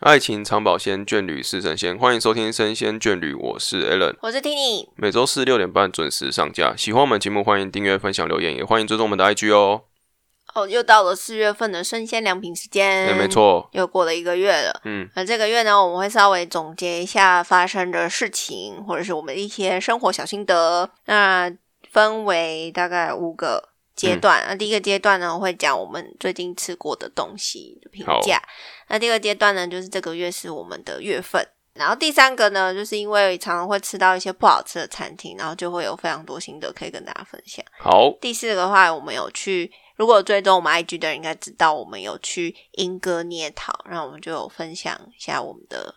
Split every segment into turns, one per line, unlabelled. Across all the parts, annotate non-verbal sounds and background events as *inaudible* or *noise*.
爱情长保鲜，眷侣是神仙。欢迎收听《生鲜眷侣》，我是 Alan。
我是 Tini，
每周四六点半准时上架。喜欢我们节目，欢迎订阅、分享、留言，也欢迎追踪我们的 IG 哦。
哦，又到了四月份的生鲜良品时间，
哎、没，错，
又过了一个月了。
嗯，
那这个月呢，我们会稍微总结一下发生的事情，或者是我们的一些生活小心得。那分为大概五个阶
嗯
段。那第一个阶段呢，我会讲我们最近吃过的东西的评价。那第二个阶段呢，就是这个月是我们的月份。然后第三个呢，就是因为常常会吃到一些不好吃的餐厅，然后就会有非常多心得可以跟大家分享。
好，
第四个的话，我们有去，如果有追踪我们 IG 的人应该知道，我们有去英歌涅陶，然后我们就有分享一下我们的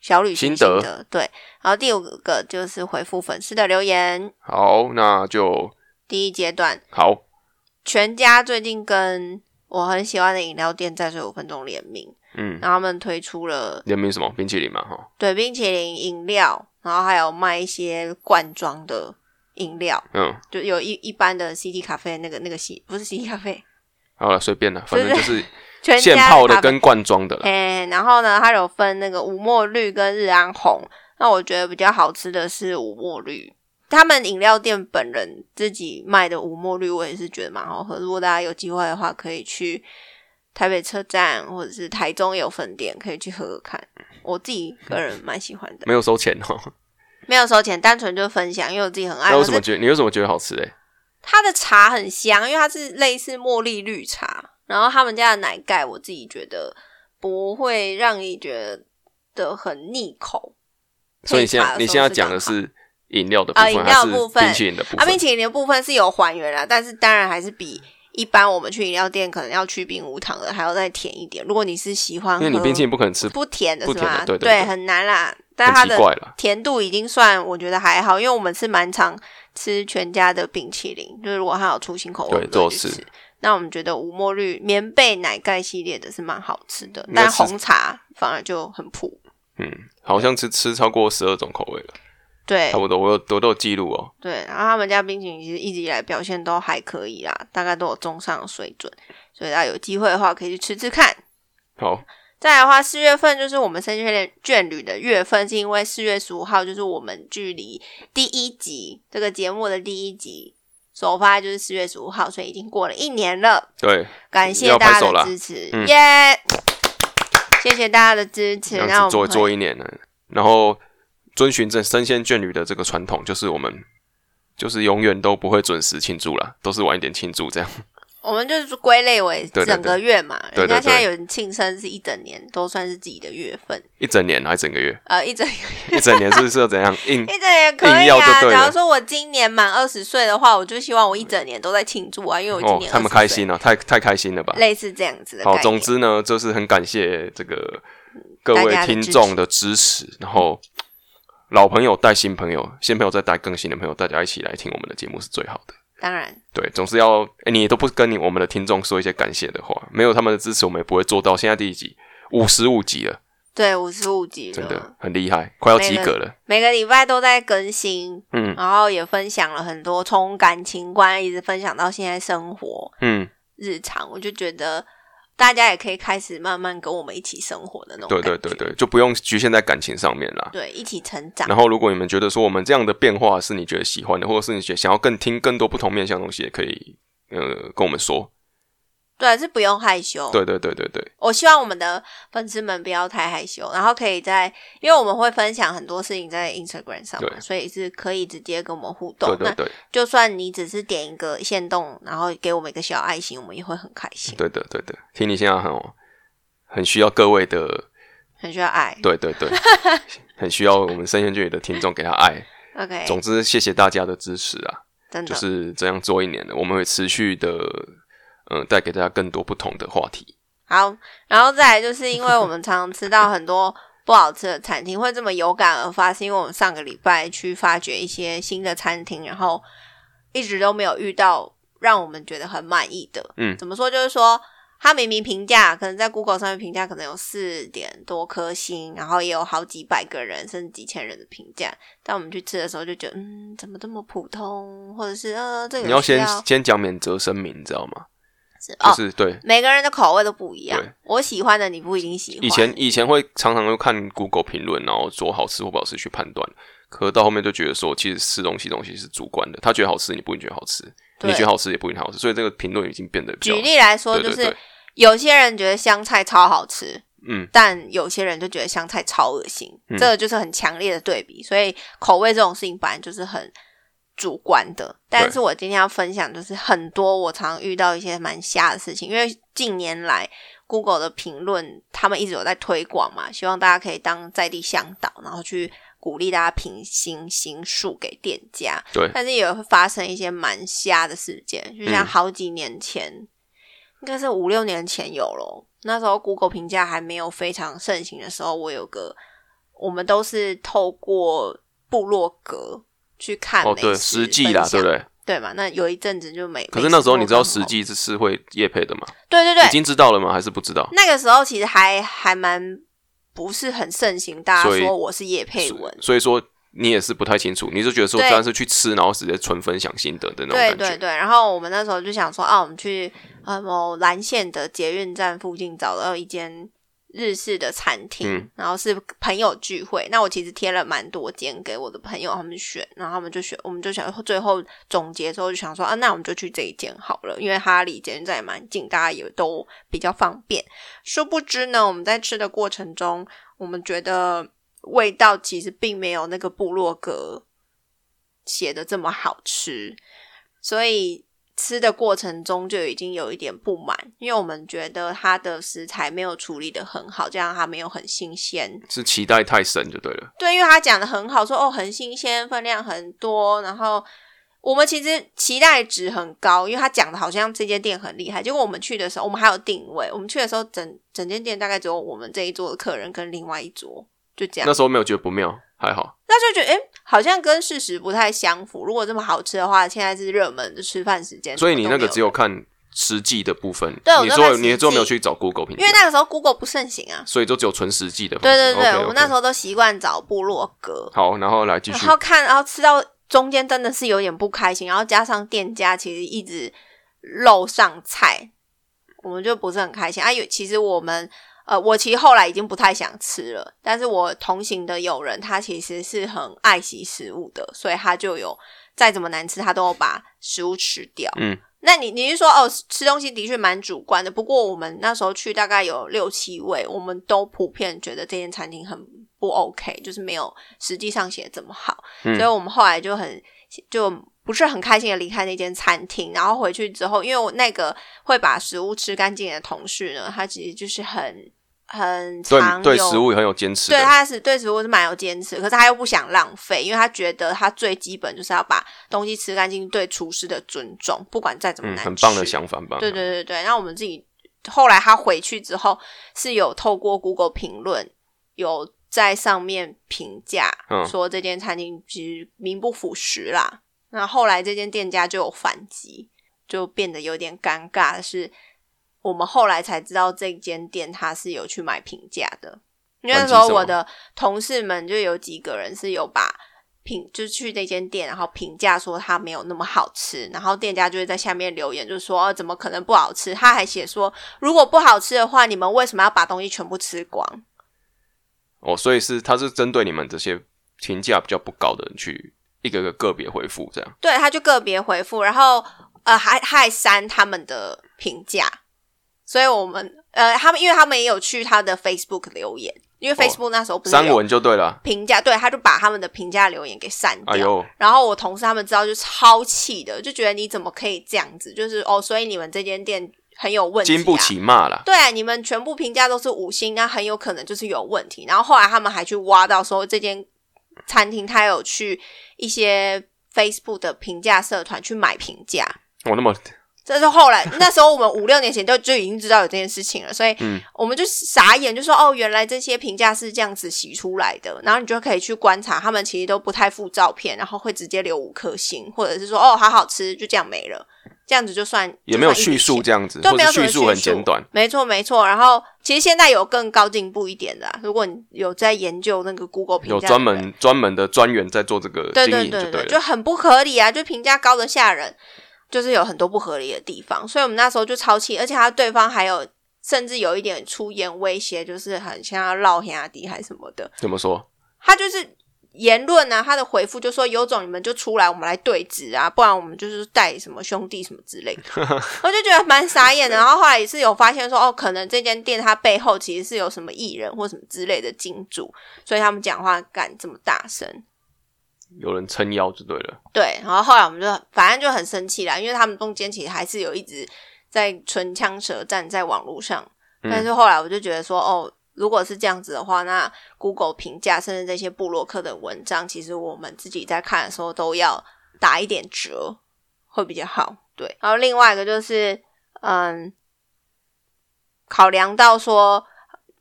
小旅行
心得
对，然后第五个就是回复粉丝的留言。
好，那就
第一阶段，
好。
全家最近跟我很喜欢的饮料店在水五分钟联名，
嗯，
然后他们推出了
联名什么冰淇淋嘛，哈，
对冰淇淋饮料，然后还有卖一些罐装的饮料，
嗯，
就有一一般的 CD 咖啡那个那个 C 不是 CD 咖啡，
好了，随便了，反正
*laughs*
就是
全家
现泡
咖
的
啡
跟罐装的啦。
哎、然后呢，它有分那个五墨绿跟日安红。那我觉得比较好吃的是五墨绿，他们饮料店本人自己卖的五墨绿，我也是觉得蛮好喝。如果大家有机会的话，可以去台北车站或者是台中也有分店，可以去喝喝看。我自己个人蛮喜欢的，
没有收钱哦。
没有收钱，单纯就分享，因哎为我自己很爱。
那为
可
什么
是
觉得你为什么觉得好吃欸嘞？
它的茶很香，因为它是类似茉莉绿茶，然后他们家的奶盖，我自己觉得不会让你觉得很腻口。
所以你现在
配
你
茶时候
现在讲的
刚
是饮料的部
啊
分，
饮
还
料
是
部分
冰淇淋的部
好啊，冰
分？
淇淋的部分是有还原啦，但是当然还是比一般我们去饮料店可能要去冰无糖的还要再甜一点。如果你是喜欢
因为
喝
你冰淇淋不可能吃，
不甜的是
不甜的
吧？
对对对
很难啦。但它
很奇
的
怪啦。
甜度已经算我觉得还好，因为我们是蛮常吃全家的冰淇淋，就是如果它有出新口味，
对
我们都会
这
去
是
吃。那我们觉得无墨绿棉被奶盖系列的是蛮好吃的，
应该
但
是
红茶反而就很普。
嗯，好像吃吃超过十二种口味了，
对
差不多。我有我都有记录哦。
对，然后他们家冰淇淋其实一直以来表现都还可以啦，大概都有中上的水准，所以大家有机会的话可以去吃吃看。
好，
再来的话，四月份就是我们生圈眷侣的月份，是因为四月十五号就是我们距离第一集这个节目的第一集首发就是四月十五号，所以已经过了一年了。
对，
感谢
要拍
大
手
家
啦
的支持，
嗯
耶、谢谢大家的支持
这。样
那
子做
我们会
做一年了，然后遵循这生鲜眷侣的这个传统，就是我们就是永远都不会准时庆祝啦，都是晚一点庆祝这样。
我们就是归类为
对对对
整个月嘛，
对对对
人家现在有人庆生是一整年都算是自己的月份，
一整年还整个月，*laughs*
呃，一整
一整年是是要怎
*laughs*
样？硬
一整年可
硬
以
要就
啊。
对了
假如说我今年满二十岁的话，我就希望我一整年都在庆祝啊，因为我今
哦
年、，
他们开，心了、太太开心了吧？
类似这样子的概
好，
念。
总之呢，就是很感谢这个各
大
位
家的
听
支
众
持
的支持，然后老朋友带新朋友，新朋友再带更新的朋友，大家一起来听我们的节目是最好的。
当然，
对，总是要，哎、你都不跟你我们的听众说一些感谢的话，没有他们的支持，我们也不会做到。现在第一集五十五集了，
对五十五集
真
了
的，很厉害，快要及格了。
每个礼拜都在更新，
嗯
然后也分享了很多从感情观一直分享到现在生活
嗯，
日常，我就觉得大家也可以开始慢慢跟我们一起生活的那种
对
感
对
觉，
对对，就不用 *laughs* 局限在感情上面啦。
对，一起成长。
然后，如果你们觉得说我们这样的变化是你觉得喜欢的，或者是你觉得想要更听更多不同面向的东西，也可以呃跟我们说。
对，啊是不用害羞。
对对对对对，
我希望我们的粉丝们不要太害羞，然后可以在，因为我们会分享很多事情在 Instagram 上嘛
对，
所以是可以直接跟我们互动。
对对
那
对
就算你只是点一个线动，然后给我们一个小爱心，我们也会很开心，
对对对对，听你现在很很需要各位的，
很需要爱。
对对
*laughs*
对，很需要我们生鲜剧的听众给他爱。
OK，
总之，谢谢大家的支持啊！
真的、
就是这样做一年了，我们会持续的，嗯，带给大家更多不同的话题。
好。然后再来就是因为我们常常吃到很多不好吃的餐厅，会这么有感而发，是因为我们上个礼拜去发掘一些新的餐厅，然后一直都没有遇到让我们觉得很满意的。
嗯
怎么说？就是说。它明明评价可能在 Google 上面评价可能有四点多颗星，然后也有好几百个人甚至几千人的评价，但我们去吃的时候就觉得，嗯，怎么这么普通，或者是呃，这个
你要
需
先先讲免责声明，你知道吗？
是
就
哦，
是对。
每个人的口味都不一样
对。
我喜欢的你不一定喜欢。
以前以前会常常会看 Google 评论，然后做好吃或不好吃去判断。可到后面就觉得说，其实吃东西东西是主观的，他觉得好吃，你不一定觉得好吃；
对
你觉得好吃，也不一定好吃。所以这个评论已经变得比较
举例来说，
对
就
对
是
对，
有些人觉得香菜超好吃，
嗯，
但有些人就觉得香菜超恶心，
嗯
这个就是很强烈的对比。所以口味这种事情本来就是很主观的。但是我今天要分享就是很多我常遇到一些蛮瞎的事情，因为近年来 Google 的评论他们一直有在推广嘛，希望大家可以当在地向导，然后去鼓励大家评星星数给店家。
对
但是也会发生一些蛮瞎的事件，就像
嗯
好几年前，应该是五六年前有咯。那时候 Google 评价还没有非常盛行的时候，我有个，我们都是透过部落格去看
哦，
美
对，
食
实际啦，
分享
对不对？
对嘛？那有一阵子就没，
可是那时候你知道
美食
实
部落格很红，
际是是会业配的吗？
对对
已
对，
经知道了吗？还是不知道？
那个时候其实还还蛮不是很盛行，大家
所以
说我是叶佩文，
所以说你也是不太清楚，你就觉得说
对
当然是去吃，然后直接纯分享心得的那种
对
感
对
觉。
对，然后我们那时候就想说，啊，我们去呃某蓝线的捷运站附近找到一间日式的餐厅，
嗯
然后是朋友聚会。那我其实贴了蛮多间给我的朋友他们选，然后他们就选，我们就想最后总结之后就想说，啊，那我们就去这一间好了，因为它离捷运站也蛮近，大家也都比较方便。殊不知呢，我们在吃的过程中，我们觉得味道其实并没有那个部落格写的这么好吃，所以吃的过程中就已经有一点不满，因为我们觉得它的食材没有处理的很好，这样它没有很新鲜。
是期待太深就对了。
对，因为他讲的很好，说哦很新鲜，分量很多，然后我们其实期待值很高，因为他讲的好像这间店很厉害，结果我们去的时候，我们还有定位，我们去的时候整整间店大概只有我们这一桌的客人跟另外一桌，就这样
那，时候没有觉得不妙，还好。
那就觉得哎、诶好像跟事实不太相符。如果这么好吃的话，现在是热门的吃饭时间，
所以你
怎么
那
都
个
没
只有看实际的部分，
对我
你
都看
说
实
你之后没有
际
去找 Google 评价
因为，那个时候 Google 不盛行啊，
所以就只有纯实际的方
对
式。
对对
o k
我们那时
候
候都习惯找部落格，
好，然后来继
然
续
后看，然后吃到中间真的是有点不开心，然后加上店家其实一直漏上菜，我们就不是很开心啊。有其实我们呃，我其实后来已经不太想吃了，但是我同行的友人他其实是很爱惜食物的，所以他就有再怎么难吃，他都有把食物吃掉。
嗯，
那你你是说哦，吃东西的确蛮主观的，不过我们那时候去大概有六七位，我们都普遍觉得这间餐厅很不 OK，就是没有实际上写得这么好。
嗯
所以我们后来就很就不是很开心的离开那间餐厅，然后回去之后，因为我那个会把食物吃干净的同事呢，他其实就是很很常
对对
有
食物也很有坚持的。
对，他是对食物是蛮有坚持，可是他又不想浪费，因为他觉得他最基本就是要把东西吃干净，对厨师的尊重，不管再怎么
嗯，
难、
很棒的。想法，很棒的想
对
法。
对对对，那我们自己后来他回去之后是有透过 Google 评论有在上面评价，
嗯
说这间餐厅其实名不副实啦。那后来这间店家就有反击，就变得有点尴尬的是，我们后来才知道这间店它是有去买评价的，因为那时候我的同事们就有几个人是有把评，就是去那间店，然后评价说它没有那么好吃，然后店家就会在下面留言，就说、哦、怎么可能不好吃？他还写说，如果不好吃的话，你们为什么要把东西全部吃光？
哦，所以是他是针对你们这些评价比较不高的人去一个个个别回复这样。
对，他就个别回复，然后呃还还删他们的评价，所以我们呃他们因为他们也有去他的 Facebook 留言，因为 Facebook 那时候不是
哦删
有
文就对了。
评价，对，他就把他们的评价留言给删掉。
哎呦，
然后我同事他们知道就超气的，就觉得你怎么可以这样子？就是哦，所以你们这间店很有问题、啊，
经不起骂啦。
对，你们全部评价都是五星，那很有可能就是有问题。然后后来他们还去挖到说，这间餐厅他有去一些 Facebook 的评价社团去买评价。
哦我那么
这是后来那时候我们五六年前就就已经知道有这件事情了，所以
嗯
我们就傻眼，就说哦，原来这些评价是这样子洗出来的。然后你就可以去观察，他们其实都不太附照片，然后会直接留五颗星，或者是说哦，好好吃，就这样没了，这样子就算
也没有
就算一笔
叙
钱
述这样子，
对
或
没
者
有什么
叙述很简短。
没错，没错。然后其实现在有更高进步一点的啊、如果你有在研究那个 Google 评
有
价，
专门专门的专员在做这个经
对
营就
对对
对
对，
了，
就很不合理啊，就评价高的吓人。就是有很多不合理的地方，所以我们那时候就超气，而且他对方还有甚至有一点出言威胁，就是很像要绕黑阿迪还什么的，
怎么说？
他就是言论啊，他的回复就说有种你们就出来，我们来对质啊，不然我们就是带什么兄弟什么之类的，我就觉得蛮傻眼的。然后后来也是有发现说，哦，可能这间店它背后其实是有什么艺人或什么之类的金主，所以他们讲话敢这么大声。
有人撑腰就对了。
对，然后后来我们就反正就很生气啦，因为他们中间其实还是有一直在唇枪舌战在网络上，
嗯
但是后来我就觉得说，哦，如果是这样子的话，那 Google 评价甚至这些布洛克的文章，其实我们自己在看的时候都要打一点折，会比较好。对，然后另外一个就是，嗯，考量到说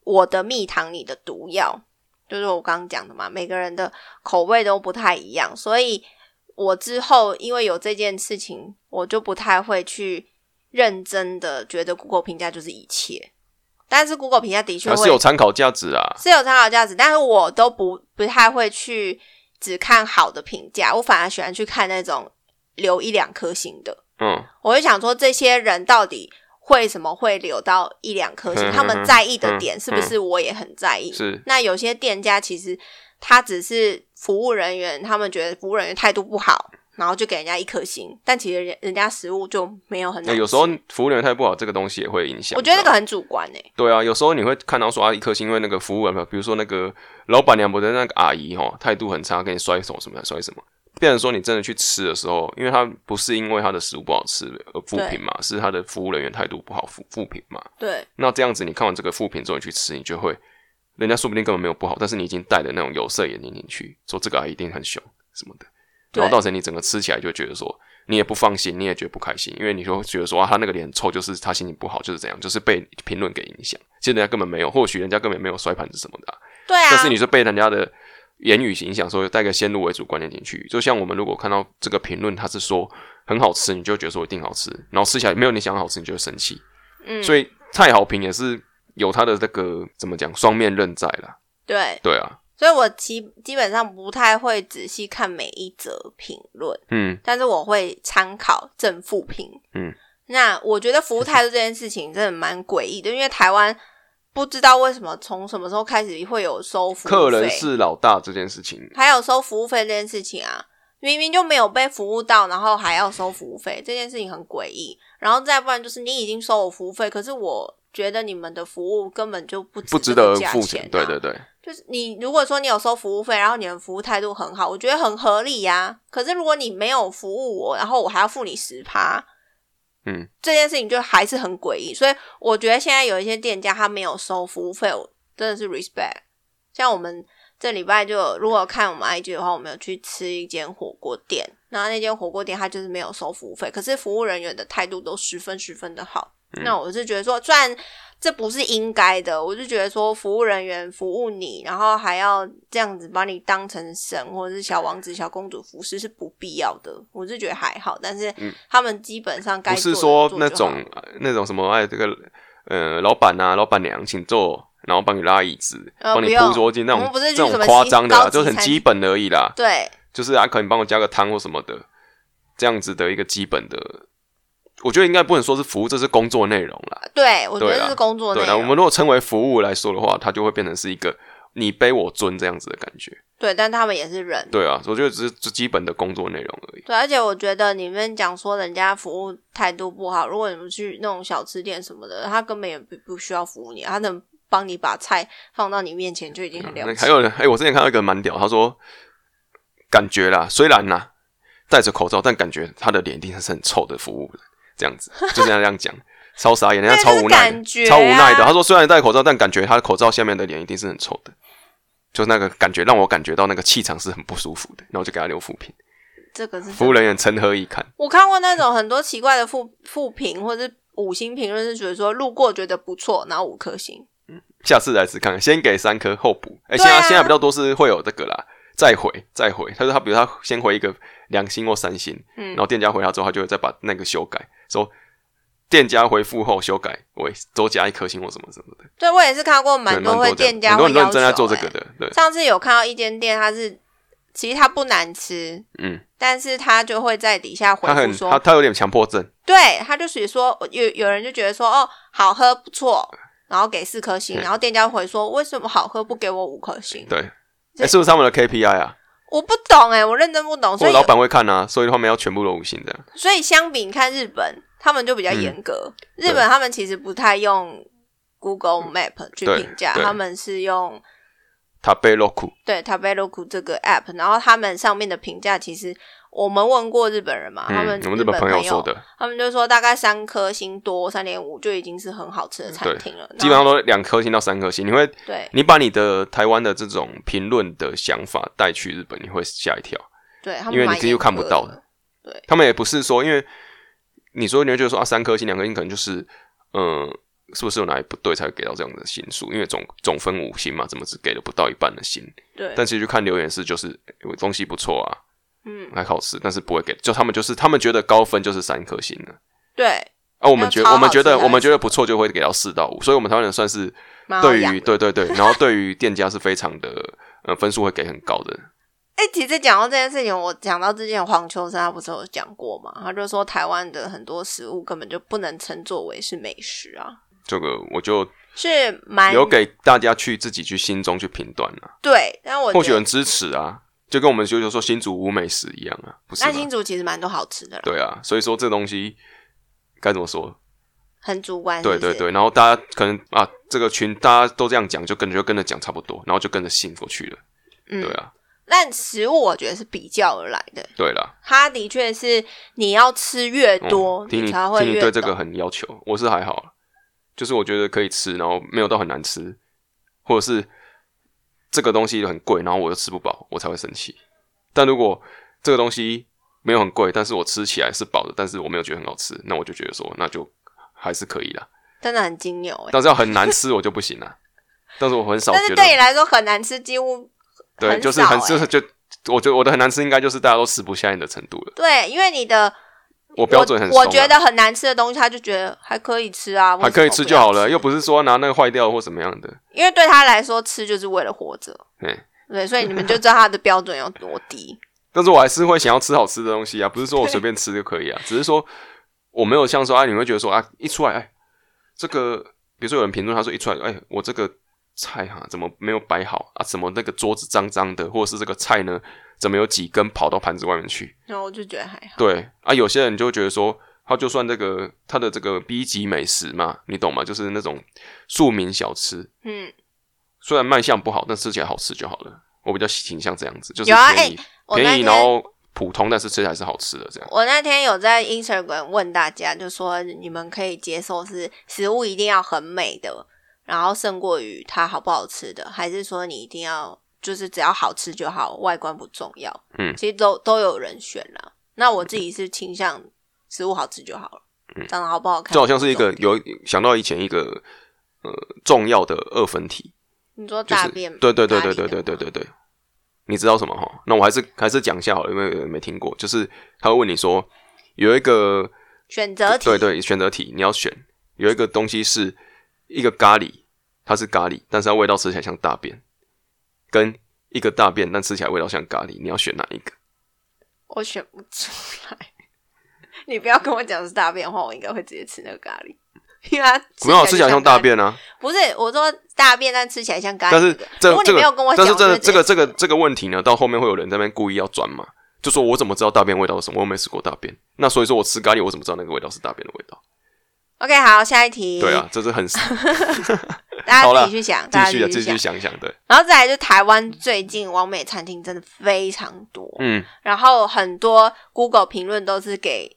我的蜜糖，你的毒药，就是我刚刚讲的嘛，每个人的口味都不太一样，所以我之后因为有这件事情，我就不太会去认真的觉得 Google 评价就是一切，但是 Google 评价的确
还
会
是有参考价值啊。
是有参考价值，但是我都不不太会去只看好的评价，我反而喜欢去看那种留一两颗星的。
嗯，
我就想说，这些人到底为什么会留到一两颗星？
嗯
他们在意的点
嗯
是不是我也很在意？
是
那有些店家其实他只是服务人员，他们觉得服务人员态度不好，然后就给人家一颗星，但其实人人家食物就没有很
那
难吃。
有时候服务人员态度不好，这个东西也会影响。
我觉
你
得
知道
那个
吗
很主观欸诶、
对啊，有时候你会看到说啊，一颗星，因为那个服务员，比如说那个老板娘，我的那个阿姨哈，态度很差，给你摔手什么的摔什么。变成说你真的去吃的时候，因为他不是因为他的食物不好吃而负评嘛，是他的服务人员态度不好负负评嘛。
对
那这样子，你看完这个副品之后，你去吃，你就会，人家说不定根本没有不好，但是你已经带了那种有色眼镜进去，说这个阿姨一定很凶什么的，
对
然后造成你整个吃起来就觉得说，你也不放心，你也觉得不开心，因为你就会觉得说啊，他那个脸臭，就是他心情不好，就是怎样，就是被评论给影响。其实人家根本没有，或许人家根本没有摔盘子什么的啊、
对啊，
但是你是被人家的言语影响，所以带个先入为主观念进去。就像我们如果看到这个评论，他是说很好吃，你就觉得说一定好吃，然后吃起来没有你想的好吃，你就会生气。
嗯
所以太好评也是有它的那个怎么讲双面刃在啦。
对，
对啊，
所以我基基本上不太会仔细看每一则评论，
嗯，
但是我会参考正负评。
嗯，
那我觉得服务态度这件事情真的蛮诡异的，因为台湾不知道为什么从什么时候开始会有收服务费，
客人是老大这件事情，
还有收服务费这件事情啊，明明就没有被服务到，然后还要收服务费，这件事情很诡异。然后再不然就是你已经收我服务费，可是我觉得你们的服务根本就不
不
值
值得
这个价
付
钱、啊
钱。对对，对，
就是你如果说你有收服务费，然后你的服务态度很好，我觉得很合理呀、可是如果你没有服务我，然后我还要付你十趴，
嗯，
这件事情就还是很诡异。所以我觉得现在有一些店家他没有收服务费，我真的是 respect。像我们这礼拜就有如果看我们 IG 的话，我们有去吃一间火锅店，然后那间火锅店它就是没有收服务费，可是服务人员的态度都十分十分的好。
嗯
那我是觉得说，虽然这不是应该的，我就觉得说服务人员服务你，然后还要这样子把你当成神或者是小王子、小公主服侍是不必要的，我是觉得还好。但是他们基本上该
嗯不
做
是
的
说
做
那
就好
种那种什么哎这个呃老板啊老板娘请坐。然后帮你拉椅子，
呃
帮你
不用
铺桌巾，那
我
种
们不是去
这种
什么
夸
西
张的
高
啦，
级
就是很
餐
基本而已啦。
对
就是啊，可能帮我加个汤或什么的，这样子的一个基本的，我觉得应该不能说是服务，这是工作内容啦。
对，我觉
对
得
啦
这是工作内
对啦，我
容。
们如果称为服务来说的话，它就会变成是一个你卑我尊这样子的感觉。
对，但他们也是人，
对啊，我觉得只是最基本的工作内容而已。
对，而且我觉得你们讲说人家服务态度不好，如果你们去那种小吃店什么的，他根本也不不需要服务你，他能帮你把菜放到你面前就已经很了不
那
起。
还有人，哎、我之前看到一个蛮屌，他说感觉啦，虽然啦戴着口罩，但感觉他的脸一定是很臭的服务人这样
*laughs*
子，就这样这样讲。超傻眼，人家超无奈
那就是感
的，
觉啊
超无奈的。他说虽然戴口罩，但感觉他的口罩下面的脸一定是很臭的，就那个感觉让我感觉到那个气场是很不舒服的，然后就给他留负评。
这个是
服务人员成何以堪？
我看过那种很多奇怪的负负评或者是五星评论，是觉得说路过觉得不错，然后五颗星。
下次来试看看，先给三颗后补。哎、
对
现
啊
在、现在比较多是会有这个啦，再回再回。他说他比如他先回一个两星或三星，
嗯
然后店家回他之后，他就会再把那个修改，说店家回复后修改为多加一颗星或什么什么的。
对我也是看过蛮
对蛮
会
这样
店家
很多
会
人认
要求、
真在做这个
欸
的，对，
上次有看到一间店，它是其实它不难吃，
嗯，
但是他就会在底下回
他
复
很
说，
他他有点强迫症，
对，他就属于说有有人就觉得说哦好喝不错，然后给四颗
嗯
星，然后店家回说为什么好喝不给我五颗星？
对，
对
哎，是不是他们的 KPI 啊？
我不懂哎、我认真不懂，
或
所
者
以
老板会看啊，所以他们要全部都五星的，
所以相比你看日本，他们就比较严格，
嗯
日本他们其实不太用 Google Map 去
对
评价，
对
他们是用啊
塔贝洛库，
对 Tabeloo 这个 app，然后他们上面的评价其实。我们问过日本人嘛，他们
嗯，我们
日
日本
本
朋
友
友说，的，
他们就说大概三颗星多三点五就已经是很好吃的
嗯
餐
对
厅了。
基本上都两颗星到三颗星，你会
那对
你把你的台湾的这种评论的想法带去日本，你会吓一跳。
对，他们
因为你
蛮
几乎
严
看不
格
到
的。
他们也不是说，因为你说你会觉得说啊，三颗星、两颗星可能就是，嗯、是不是有哪里不对才会给到这样的星数？因为总总分五星嘛，怎么只给了不到一半的星？
对，
但其实去看留言是就是有东西不错啊，
嗯，
还好吃，但是不会给，就他们就是他们觉得高分就是三颗星了。
对，
啊，我们觉
超好
我们觉
吃
得
才会
我们觉得不错，就会给到四到五，所以我们台湾人算是
蛮好
对
养
于。对对对， *laughs* 然后对于店家是非常的，呃，分数会给很高的，
哎、其实讲到这件事情，我讲到之前黄秋生他不是有讲过嘛，他就说台湾的很多食物根本就不能称作为是美食啊，
这个我就是
蛮
留给大家去自己去心中去评断了。
对，但我
或许
觉
很
得
支持啊，就跟我们就是说新竹无美食一样啊，不是
那
吗
新？竹其实蛮多好吃的啦，
对啊，所以说这东西该怎么说？
很主观是不
对
是，
对对，然后大家可能啊，这个群大家都这样讲，就跟着就跟着讲差不多，然后就跟着信过去了。
嗯，
对啊，
但食物我觉得是比较而来的，
对啦，
它的确是你要吃越
嗯
多，
听你
才会
听你
越
对这个
懂
很要求，我是还好啊，就是我觉得可以吃，然后没有到很难吃，或者是这个东西很贵，然后我又吃不饱，我才会生气。但如果这个东西没有很贵，但是我吃起来是饱的，但是我没有觉得很好吃，那我就觉得说那就还是可以啦。
真的很精牛哎、
但是要很难吃我就不行啦，但是我很少
但
觉得
是对你来说很难吃，几乎
对，
很
就是
少
很
欸
就是就我觉得我的很难吃应该就是大家都吃不下你的程度了，
对，因为你的
我标准很
我，我
松
觉
啦
得很难吃的东西，他就觉得还可以吃啊，为
还
什
可以
么
吃
不
就
要
好了，
吃
又不是说拿那个坏掉或怎么样的，
因为对他来说，吃就是为了活着。
对。
对，所以你们就知道他的标准有多低。
但是我还是会想要吃好吃的东
*laughs*
西啊，不是说我随便吃就可以啊，只是说我没有像说啊，你会觉得说啊，一出来哎，这个比如说有人评论他说一出来哎，我这个菜哈、怎么没有摆好啊？怎么那个桌子脏脏的，或者是这个菜呢怎么有几根跑到盘子外面去？
然后我就觉得还好，
对啊，有些人就会觉得说。他就算这个他的这个 B 级美食嘛，你懂吗？就是那种庶民小吃，
嗯，
虽然卖相不好，但吃起来好吃就好了。我比较倾向这样子，就是
有啊
便宜、
我那哦
便宜，
天
然后普通，但是吃起来是好吃的这样。
我那天有在 Instagram 问大家，就说你们可以接受是食物一定要很美的，然后胜过于它好不好吃的，还是说你一定要就是只要好吃就好，外观不重要？
嗯
其实都都有人选了。那我自己是倾向食物好吃就好了，长得好不好看
嗯就好像是一
不
个
重
有想到以前一个呃重要的二分题，
要你说
就是
大便
对对对
哪
对
里的哦
对对对
吗
对对，你知道什么哈？那我还是还是讲一下好了，因为有人没听过，就是他会问你说有一个
选择题
对对选择题，你要选有一个东西是一个咖喱，它是咖喱，但是它味道吃起来像大便，跟一个大便但吃起来味道像咖喱，你要选哪一个？
我选不出来。 *laughs* 你不要跟我讲是大便的话，我应该会直接吃那个咖喱， *laughs* 因为它
没有吃起来像大
咖喱。
便啊，
不是我说大便，但吃起来像咖喱。
但是
如
这
果你
这
没有
个
跟我，讲，
但是这
我
个
就
这
直接
个这个这个问题呢，到后面会有人在那边故意要转嘛，就说我怎么知道大便味道是什么？我又没吃过大便，那所以说我吃咖喱，我怎么知道那个味道是大便的味道？
OK，好，下一题。
对啊，，这是
*laughs*
很继
大
好
家
啦
自己去想，大家
续啊，继
去
续
想。
想一想，对，
然后再来就台湾最近完美餐厅真的非常多，
嗯，
然后很多 Google 评论都是给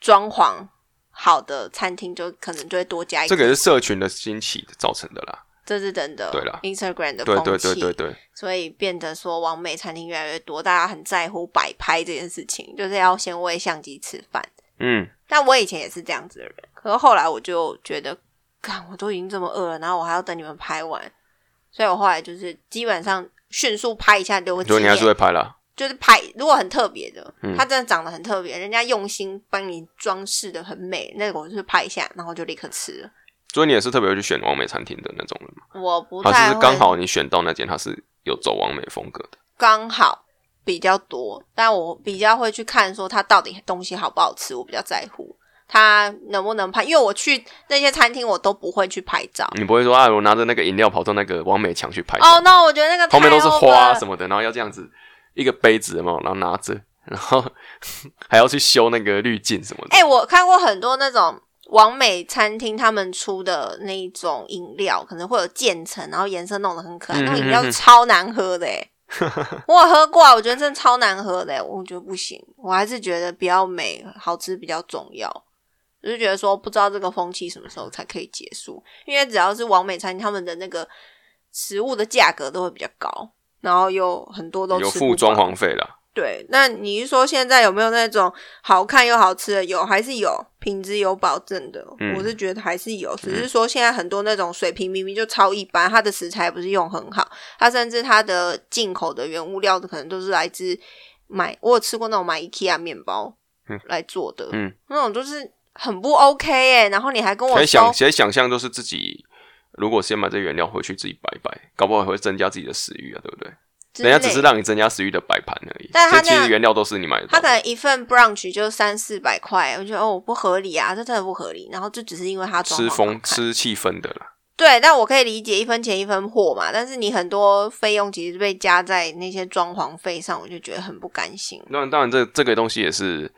装潢好的餐厅，就可能就会多加一
这
个，
个也是社群的兴起造成的啦，
这是真的。
对啦
，Instagram 的
对
风
对
气
对对对，
所以变得说完美餐厅越来越多，大家很在乎摆拍这件事情，就是要先为相机吃饭。
嗯，
但我以前也是这样子的人，可是后来我就觉得，干，我都已经这么饿了，然后我还要等你们拍完，所以我后来就是基本上迅速拍一下留个纪
所以你还
念
是，会拍啦，
就是拍如果很特别的，
嗯
它真的长得很特别，人家用心帮你装饰的很美，那个我就是拍一下，然后就立刻吃了。
所以你也是特别会去选完美餐厅的那种人嘛，
我不
还
太
啊是
会
刚好你选到那间它是有走完美风格的，
刚好，比较多，但我比较会去看说它到底东西好不好吃，我比较在乎它能不能拍，因为我去那些餐厅我都不会去拍照。
你不会说啊，我拿着那个饮料跑到那个王美强去拍照
哦，那我觉得 *laughs* 那个
后面都是花啊什
么，
么的，然后要这样子一个杯子嘛，然后拿着，然后还要去修那个滤镜什么的。
哎、我看过很多那种。完美餐厅他们出的那一种饮料，可能会有渐层，然后颜色弄得很可爱。
嗯
那个饮
嗯
料
嗯
超难喝的、
*laughs*
欸，我有喝过啊，我觉得真的超难喝的、欸，我觉得不行，我还是觉得比较美好吃比较重要。我就觉得说，不知道这个风气什么时候才可以结束，因为只要是完美餐厅，他们的那个食物的价格都会比较高，然后有很多都
有
吃不
付
饱
装潢费啦，
对，那你是说现在有没有那种好看又好吃的？有，还是有品质有保证的？
嗯
我是觉得还是有，只是说现在很多那种水平明明就超一般，它的食材不是用很好，它甚至它的进口的原物料可能都是来自买，我有吃过那种买 IKEA 面包
嗯
来做的，
嗯，
那种就是很不 OK 哎、然后你还跟
可
我
以想，
说，
可以想象就是自己如果先买这原料回去自己摆一摆，搞不好还会增加自己的食欲啊，对不对？人家只是让你增加食欲的摆盘而已，
但他
所以其
那
实
样
原料都是你买的。哦
他可能一份 brunch 就三四百块，我觉得哦不合理啊，这真的不合理。然后就只是因为他装潢
吃
好
风
看
吃气氛的啦，
对，但我可以理解一分钱一分货嘛，但是你很多费用其实被加在那些装潢费上，我就觉得很不甘心。
当然，当然这这个东西也是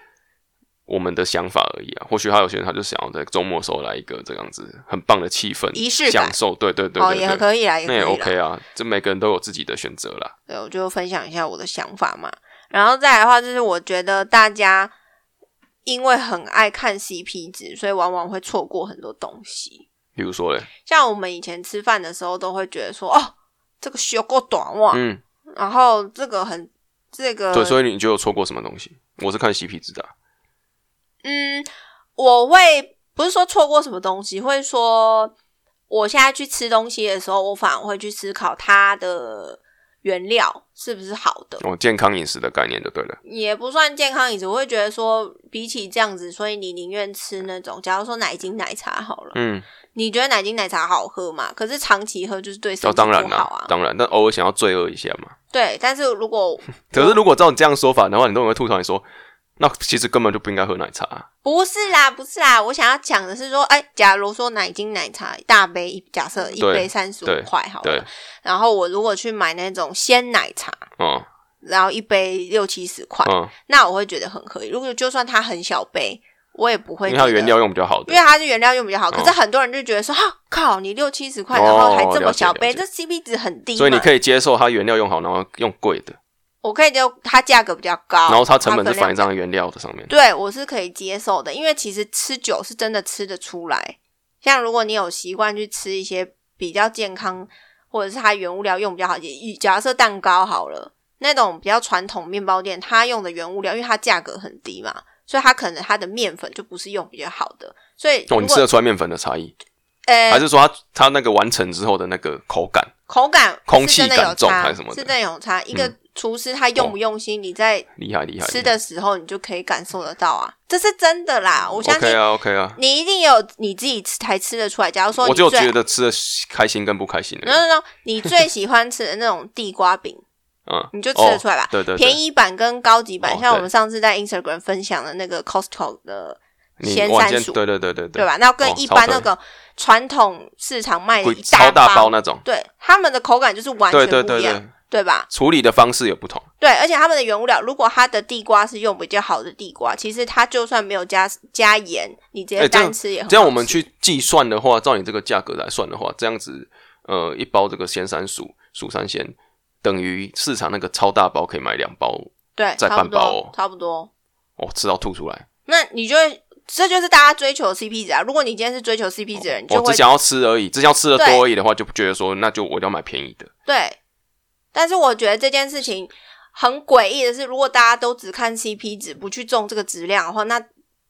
我们的想法而已啊。或许他有些人他就想要在周末的时候来一个这样子很棒的气氛，
仪式感
享受。对对对
哦，
对对
也可以啦，也可
那
以
也
啦。
OK 啊，这每个人都有自己的选择啦。
对，我就分享一下我的想法嘛。然后再来的话，就是我觉得大家因为很爱看 CP 值，所以往往会错过很多东西。
比如说嘞，
像我们以前吃饭的时候，都会觉得说，哦，这个修够短袜，
嗯，
然后这个很这个
对，所以你就有错过什么东西？我是看 CP 值的啊，
嗯，我会不是说错过什么东西，会说我现在去吃东西的时候，我反而会去思考它的原料是不是好的，
哦，健康饮食的概念就对了。
也不算健康饮食。我会觉得说，比起这样子，所以你宁愿吃那种，假如说奶精奶茶好了，
嗯，
你觉得奶精奶茶好喝嘛？可是长期喝就是对身
哦，
体
当然
不好
啦
啊，。
当然，但偶尔想要罪恶一下嘛。
对，但是
*laughs*
如果
可是如果照你这样说法的话，你都会吐槽你说，那其实根本就不应该喝奶茶啊。
不是啦，不是啦，我想要讲的是说，哎、假如说奶精奶茶一大杯，一假设一
对
杯三十
对
五块好啊
对
了，然后我如果去买那种鲜奶茶，
嗯
然后一杯六七十块，
嗯，
那我会觉得很合理。如果就算它很小杯，我也不会
因为
觉
它
得，
原料用比较好
因
的
为，它是原料用比较好。可是
哦
很多人就觉得说，哈、靠，你六七十块，
哦
然后还这么
了解
小杯，
了解
这 CP 值很低嘛，
所以你可以接受它原料用好，然后用贵的，
我可以就它价格比较高，
然后它成本是
分量
反映在原料的上面。
对我是可以接受的，因为其实吃酒是真的吃得出来。像如果你有习惯去吃一些比较健康，或者是它原物料用比较好，也假设蛋糕好了，那种比较传统面包店，它用的原物料，因为它价格很低嘛，所以它可能它的面粉就不是用比较好的，所以
哦，
如
你吃得
果
出来面粉的差异，还
呃
是说它它那个完成之后的那个口感？
口感
空
是真的
气感
有
重
差
还是什么的
是真的有差。一个厨师他用不用心，你在
厉害厉害，
吃
厉害
的时候你就可以感受得到啊，这是真的啦，我相信
OK 啊 OK 啊，
你一定有你自己吃才吃得出来。假如说你
我就
最嗯
觉得吃的开心跟不开心而已
no no no，你最喜欢吃的那种地瓜饼，
嗯，
你就吃得出来吧。
哦对对对，
便宜版跟高级版，
哦
像我
对
们上次在 Instagram 分享的那个 Costco 的
你
鲜
晚
山
间
薯，
对对对对
对
对，
吧？那跟
哦
一
超
般
对
那个传统市场卖的
贵
一
超
大
大包那种，
对他们的口感就是完全
对
不一
对
样，
对对，
对吧？
处理的方式也不同，
对，而且他们的原物料，如果它的地瓜是用比较好的地瓜，其实它就算没有加加盐，你直
哎
接
这样
单吃也很好吃。
这样我们去计算的话，照你这个价格来算的话，这样子呃一包这个鲜山薯蜀山鲜等于市场那个超大包可以买两包
对，
再
差
半
不
包哦
多，差不多。
哦，吃到吐出来，
那你就会，这就是大家追求 CP 值啊。如果你今天是追求 CP 值的人，你就
我
会、
哦只想要吃而已，只想要吃的
对
多而已的话，就不觉得说那就我一定要买便宜的，
对。但是我觉得这件事情很诡异的是，如果大家都只看 CP 值，不去重这个质量的话，那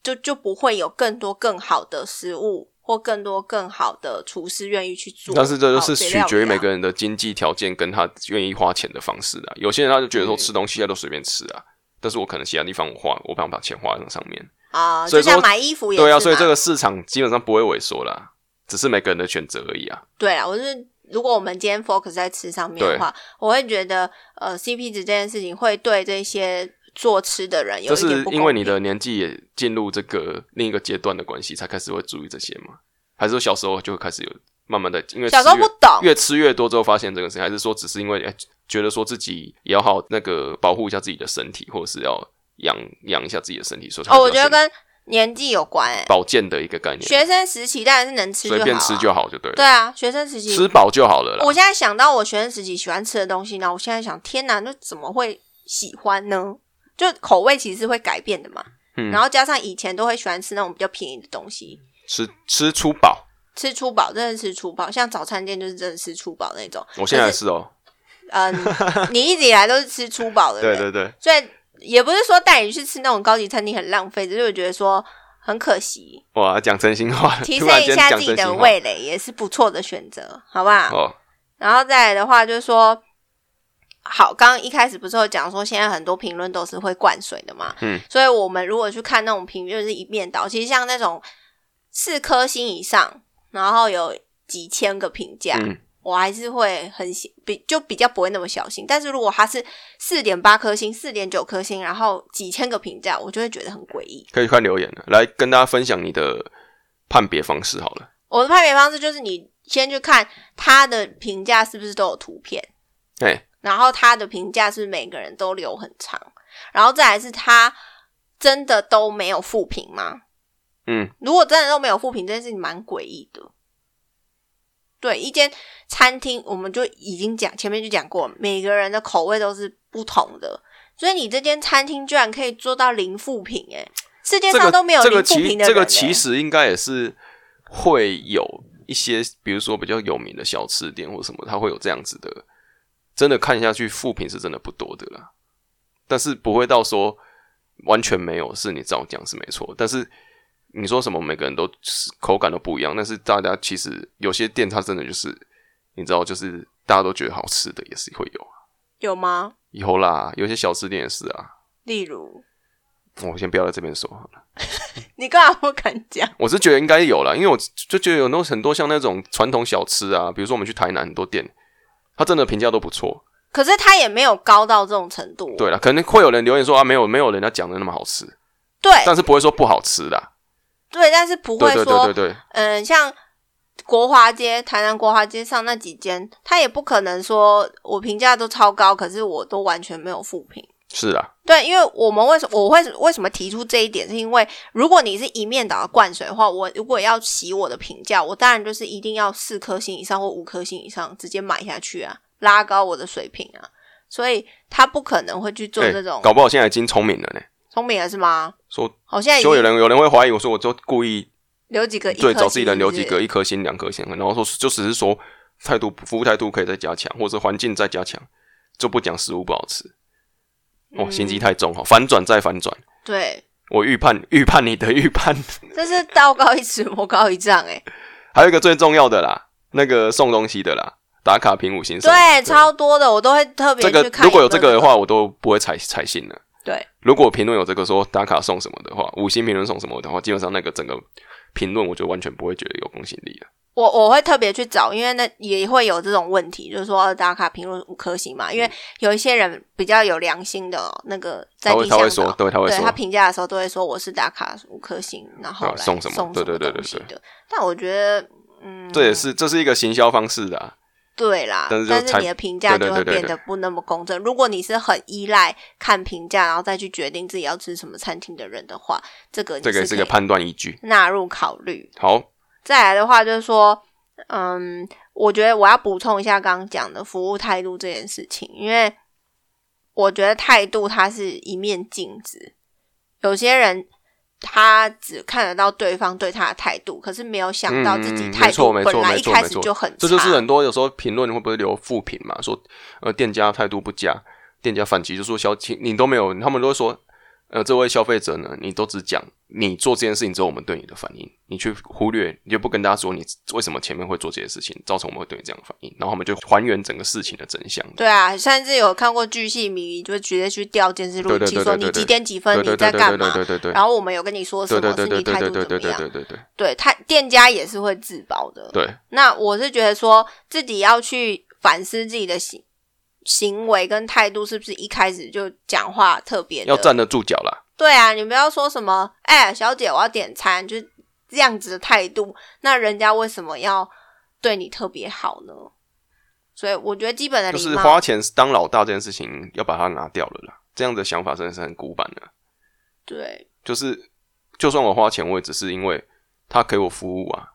就就不会有更多更好的食物或更多更好的厨师愿意去做。
但是这就是
好的
取
料理啊
决于每个人的经济条件跟他愿意花钱的方式的。有些人他就觉
嗯
得说吃东西他都随便吃啊，但是我可能其他地方我花，我不想把钱花在上面。
啊、
所以
就像
说
买衣服也是嘛。
对啊，所以这个市场基本上不会萎缩啦，只是每个人的选择而已啊。
对啊，我是如果我们今天 focus 在吃上面的话，我会觉得呃 CP 值这件事情会对这些做吃的人有
这
一点
是
不
因为
公
你
平。
的年纪也进入这个另一个阶段的关系，才开始会注意这些吗？还是说小时候就开始有慢慢的，因为
小时候
吃越
不懂哦
越吃越多之后发现这个事情，还是说只是因为、哎觉得说自己也要好那个保护一下自己的身体，或者是要养养一下自己的身体，所以才
哦，
会
我
比较
觉得
先
跟年纪有关诶、
保健的一个概念，
学生时期当然是能吃就
随
好、啊，
便吃就好就对了，
对啊，学生时期
吃饱就好了啦。
我现在想到我学生时期喜欢吃的东西呢，我现在想，天哪，那怎么会喜欢呢？就口味其实是会改变的嘛。
嗯
然后加上以前都会喜欢吃那种比较便宜的东西，
吃吃出饱，
吃粗饱，真的吃粗饱，像早餐店就是真的吃粗饱那种。
我现在也是哦， *laughs*
嗯，你一直以来都是吃粗饱的人，
对对对，
所以也不是说带你去吃那种高级餐厅很浪费，只是我觉得说很可惜，
哇，讲真心 *laughs* 话了，
提
突
升
然
一
间
下
讲
自己
真心
的啊
话
味蕾也是不错的选择，好不好？
哦，
然后再来的话，就是说，好，刚刚一开始不是有讲说，现在很多评论都是会灌水的嘛，
嗯，
所以我们如果去看那种评论，就是一面倒。其实像那种四颗星以上，然后有几千个评价，
嗯
我还是会很喜，比就比较不会那么小心。但是如果它是四点八颗星、四点九颗星，然后几千个评价，我就会觉得很诡异。
可以看留言了，来跟大家分享你的判别方式好了。
我的判别方式就是，你先去看它的评价是不是都有图片。
哎、
然后他的评价是每个人都留很长，然后再来是他真的都没有复评吗？
嗯，
如果真的都没有复评，这件事情蛮诡异的。对，一间餐厅我们就已经讲前面就讲过，每个人的口味都是不同的，所以你这间餐厅居然可以做到零复评、欸，世界
这
上
个
都没有
这个
零
其
复评的人、欸
这个其实应该也是啊会有一些，比如说比较有名的小吃店或什么，它会有这样子的。真的看下去，负评是真的不多的啦，但是不会到说完全没有，是你照讲是没错。但是你说什么，每个人都是口感都不一样，但是大家其实有些店它真的就是，你知道，就是大家都觉得好吃的也是会有，
有吗？
有啦，有些小吃店也是啊。
例如，
我先不要在这边说好了。
你干嘛不敢讲？
我是觉得应该有啦，因为我就觉得有那种很多像那种传统小吃啊，比如说我们去台南很多店，它真的评价都不错。
可是他也没有高到这种程度哦、
对啦，可能会有人留言说啊，没有没有人家讲的那么好吃，
对
但是不会说不好吃啦。
对，但是哎不会
对
说
对对对对，
嗯，像国华街、台南国华街上那几间，他也不可能说我评价都超高，可是我都完全没有负评。
是啊，
对，因为我们为什我会为什么提出这一点，是因为如果你是一面倒的灌水的话，我如果要洗我的评价，我当然就是一定要四颗星以上或五颗星以上直接买下去啊，拉高我的水平啊。所以他不可能会去做
哎
这种
搞不好现在已经聪明了呢。
聪明了是吗？
说
好，现在已
就有
经
人有人会怀疑我说，我就故意
留几个哎一颗
对
星
找自己人留
是不
几
是
个一颗星、两颗星，然后说就只是说态度服务态度可以再加强，或者环境再加强，就不讲食物不好吃。
嗯
哦，心机太重哈，反转再反转。
对，
我预判 *laughs* 预判你的预判， *laughs*
这是道高一尺，魔高一丈哎、
还有一个最重要的啦，那个送东西的啦，打卡评五星送。
对，超多的，我都会特别
这个
去看。
如果有这个的，话，我都不会采采信了。
对，
如果评论有这个说打卡送什么的话，五星评论送什么的话，基本上那个整个评论我就完全不会觉得有公信力了。
我我会特别去找，因为那也会有这种问题，就是说哦打卡评论五颗星嘛，因
嗯
为有一些人比较有良心的、哦，那个在
他
地
会他
向导，
会说，对他会
对他
说，
评价的时候都会说我是打卡五颗星，然后
啊
来
送什
什
么对对对对
东西的。但我觉得，嗯，
这也是这是一个行销方式的、啊，
对啦，
但
但
是就才
你的评价
对
就
对对
会
对
变
对
得不那么公正。如果你是很依赖看评价，然后再去决定自己要吃什么餐厅的人的话，这个你
这个也是
是
个
可以
判断依据。
纳入考虑。
好，
再来的话就是说，嗯，我觉得我要补充一下刚刚讲的服务态度这件事情，因为我觉得态度它是一面镜子，有些人他只看得到对方对他的态度，可是没有想到自己
嗯嗯嗯
态度
没错
本来
没
一
错
开
没
始
错
就很差，
这就是很多有时候评论会不会留负评嘛，说呃店家态度不佳，店家反击就说小请你都没有，他们都会说呃，这位消费者呢，你都只讲你做这件事情之后我们对你的反应，你去忽略，你就不跟大家说你为什么前面会做这些事情，造成我们会对你这样的反应，然后他们就还原整个事情的真相。
对啊，甚至有看过巨细迷，就直接去调监视录
对
影
对
器，
对
说
对
你
对
几
对，
点几分
对
你
对
在
对
干
对
嘛
对，对对对，
然后我们有跟你说什
对
么
对
是
对对
你
对
态
对
度
对
怎
对
么
对
样，
对对对
对他店家也是会自保的。
对，
那我是觉得说自己要去反思自己的行行为跟态度，是不是一开始就讲话特别的
要站得住脚啦。
对啊，你不要说什么，哎、小姐，我要点餐，就是这样子的态度，那人家为什么要对你特别好呢？所以我觉得基本的
就
礼
是
貌，
花钱当老大这件事情要把它拿掉了啦。这样的想法真的是很古板的，
对
就是就算我花钱，我也只是因为他给我服务啊，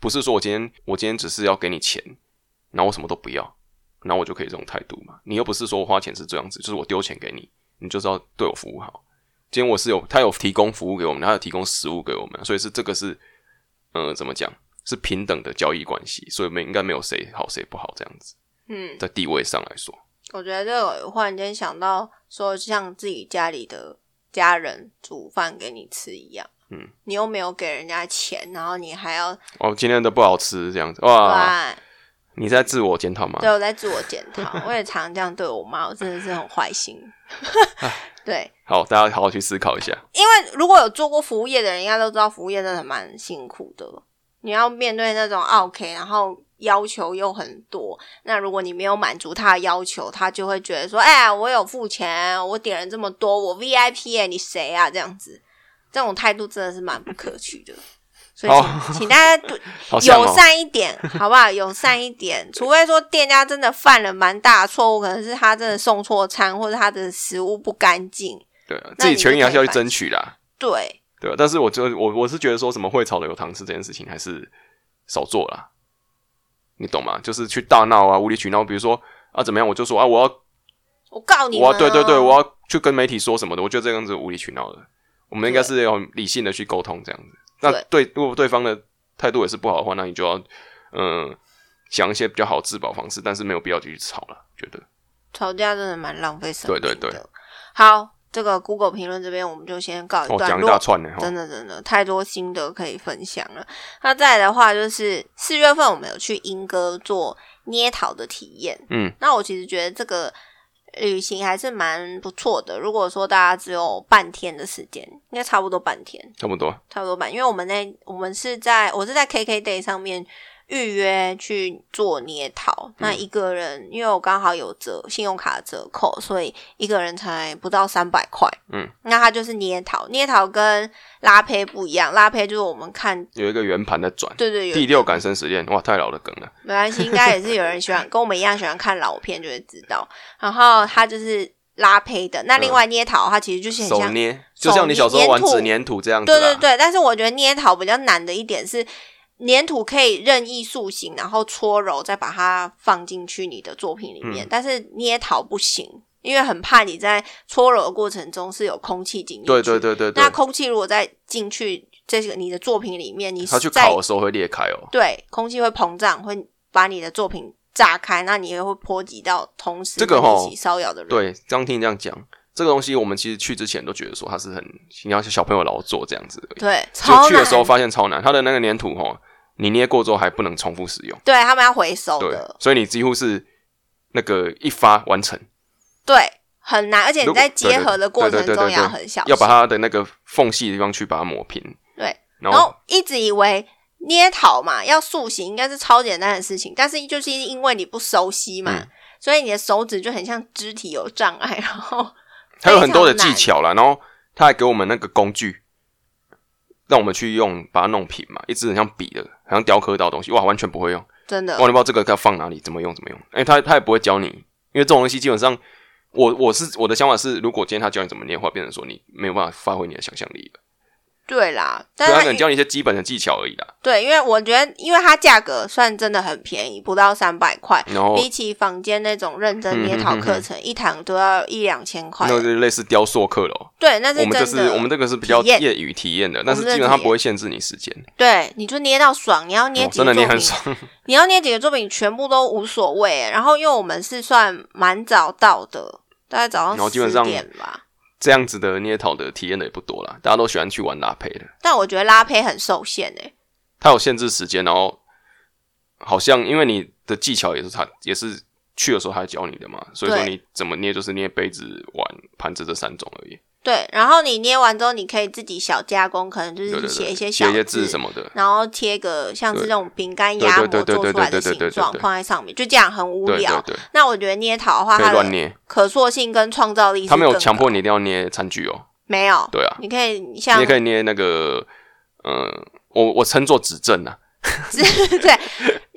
不是说我今天我今天只是要给你钱，然后我什么都不要，然后我就可以这种态度嘛。你又不是说我花钱是这样子，就是我丢钱给你，你就是要对我服务好。今天我是有他有提供服务给我们，他有提供食物给我们，所以是这个是呃怎么讲是平等的交易关系，所以没应该没有谁好谁不好这样子，
嗯，
在地位上来说。
我觉得这个我忽然间想到说，像自己家里的家人煮饭给你吃一样，
嗯，
你又没有给人家钱，然后你还要
哦，今天的不好吃这样子哇？
对。
你在自我检讨吗
对，？我在自我检讨，我也常这样对我妈，我真的是很坏心。
啊
*laughs* 对，
好，大家好好去思考一下。
因为如果有做过服务业的人，应该都知道服务业真的蛮辛苦的。你要面对那种啊 OK，然后要求又很多，那如果你没有满足他的要求，他就会觉得说：“哎、我有付钱，我点了这么多，我 VIP 耶、你谁啊？”这样子，这种态度真的是蛮不可取的。所以
好
请，请大家对
好像、哦、
友善一点，好不好？友善一点，除非说店家真的犯了蛮大的错误，可能是他真的送错餐，或者他的食物不干净。
对啊，
那
自己
你
权益
就
还
可以
是要去
反
争取啦。
对，
对啊，但是我就我我是觉得说什么会炒的有糖吃这件事情还是少做啦，你懂吗？就是去大闹啊，无理取闹，比如说啊怎么样，我就说啊我要
我告你们、
我
哦，
要对对对，我要去跟媒体说什么的，我觉得这样子无理取闹的。我们应该
对
是要理性的去沟通这样子。那对，如果对方的态度也是不好的话，那你就要嗯、呃想一些比较好的自保方式，但是没有必要继续吵了。觉得
吵架真的蛮浪费生命的。
对对对
好，这个 Google 评论这边我们就先告一
哦，
段
讲一
落。
大串呢，哦
真的真的太多心得可以分享了。那再来的话，就是四月份我们有去英歌做捏陶的体验，
嗯，
那我其实觉得这个旅行还是蛮不错的。如果说大家只有半天的时间，应该差不多半天，
差不多。
差不多半，因为我们那我们是在我是在 KK Day 上面预约去做捏陶，
嗯
那一个人因为我刚好有折信用卡折扣，所以一个人才不到三百块。
嗯，
那它就是捏陶，捏陶跟拉胚不一样，拉胚就是我们看，
有一个圆盘在转，
对对有
第六感生死恋，哇，太老的梗了。
没关系，应该也是有人
*laughs*
喜欢跟我们一样喜欢看老片就会知道。然后它就是拉胚的，那另外捏陶它其实就是
嗯
很
手
像
捏，
手
就像你小时候玩
粘土
纸粘土这样子
对
啦。
对对，但是我觉得捏陶比较难的一点是，粘土可以任意塑形，然后搓揉，再把它放进去你的作品里面，
嗯
但是捏陶不行，因为很怕你在搓揉的过程中是有空气进去。
对对对对
那
对，
空气如果再进去这个你的作品里面，你
它去
在
烤的时候会裂开哦。
对空气会膨胀，会把你的作品炸开，那你也会波及到同时
这个
跟你
吼
一起骚扰的人。
对，刚听你这样讲，这个东西我们其实去之前都觉得说它是很，你要小朋友老做这样子而已。
对，超
就去的时候
难
发现超难，它的那个粘土哦，你捏过之后还不能重复使用，
对他们要回收
对
的，，
所以你几乎是那个一发完成，
对，很难，而且你
如果
在结合的过程
对对对对
中
对
也要很小心，
要把它的那个缝隙的地方去把它磨平，
对，
然
然
后
后一直以为捏陶嘛，要塑形应该是超简单的事情，但是就是因为你不熟悉嘛，
嗯
所以你的手指就很像肢体有障碍，然后
它有很多的
非常
技
难
巧啦，然后他还给我们那个工具，让我们去用把它弄平嘛，一支很像笔的，很像雕刻刀的东西，哇，完全不会用，
真的
哇，你不知道这个该放哪里，怎么用怎么用，哎、他他也不会教你，因为这种东西基本上，我我是我的想法是，如果今天他教你怎么捏的话，变成说你没有办法发挥你的想象力了，
对啦，但
对，
是
他可
它
能教你一些基本的技巧而已啦，
对，因为我觉得，因为它价格算真的很便宜，不到三百块。
然后
比起坊间那种认真捏陶课程，一堂都要一两千块
嗯那。个就是类似雕塑课咯，
对，那是
我们
真
这
的。
是我们这个是比较
体验
业余体验的，但是
我们这
基本上
体验
不会限制你时间，
对，你就捏到爽，你要捏
哦
几
真的
个作
你
品，
很爽，
你要捏几个作品全部都无所谓。然后因为我们是算蛮早到的，大概早
然后
上
基本
十
上
点吧。
这样子的捏陶的体验的也不多啦，大家都喜欢去玩拉胚的。
但我觉得拉胚很受限欸诶、
它有限制时间，然后好像因为你的技巧也是他也是去的时候他教你的嘛，所以说
对
你怎么捏就是捏杯子、碗、盘子这三种而已。
对，然后你捏完之后，你可以自己小加工，可能就
对对对，
是写
写
一些小
一些字什么的，
然后贴个像是
对
那种饼干压模
对对对
做
对对
出来的
对对对
形
对
状
对
放在上面，就这样很无
对对
聊。
对，
那我觉得捏陶的话，
可以
它
乱
的
捏。
可塑性跟创造力是
他没有
更
强
高
迫你一定要捏餐具哦，
没有，
对啊，
你可以
你
像
也可以捏那个，呃，我我称作指正啊，
*laughs* 对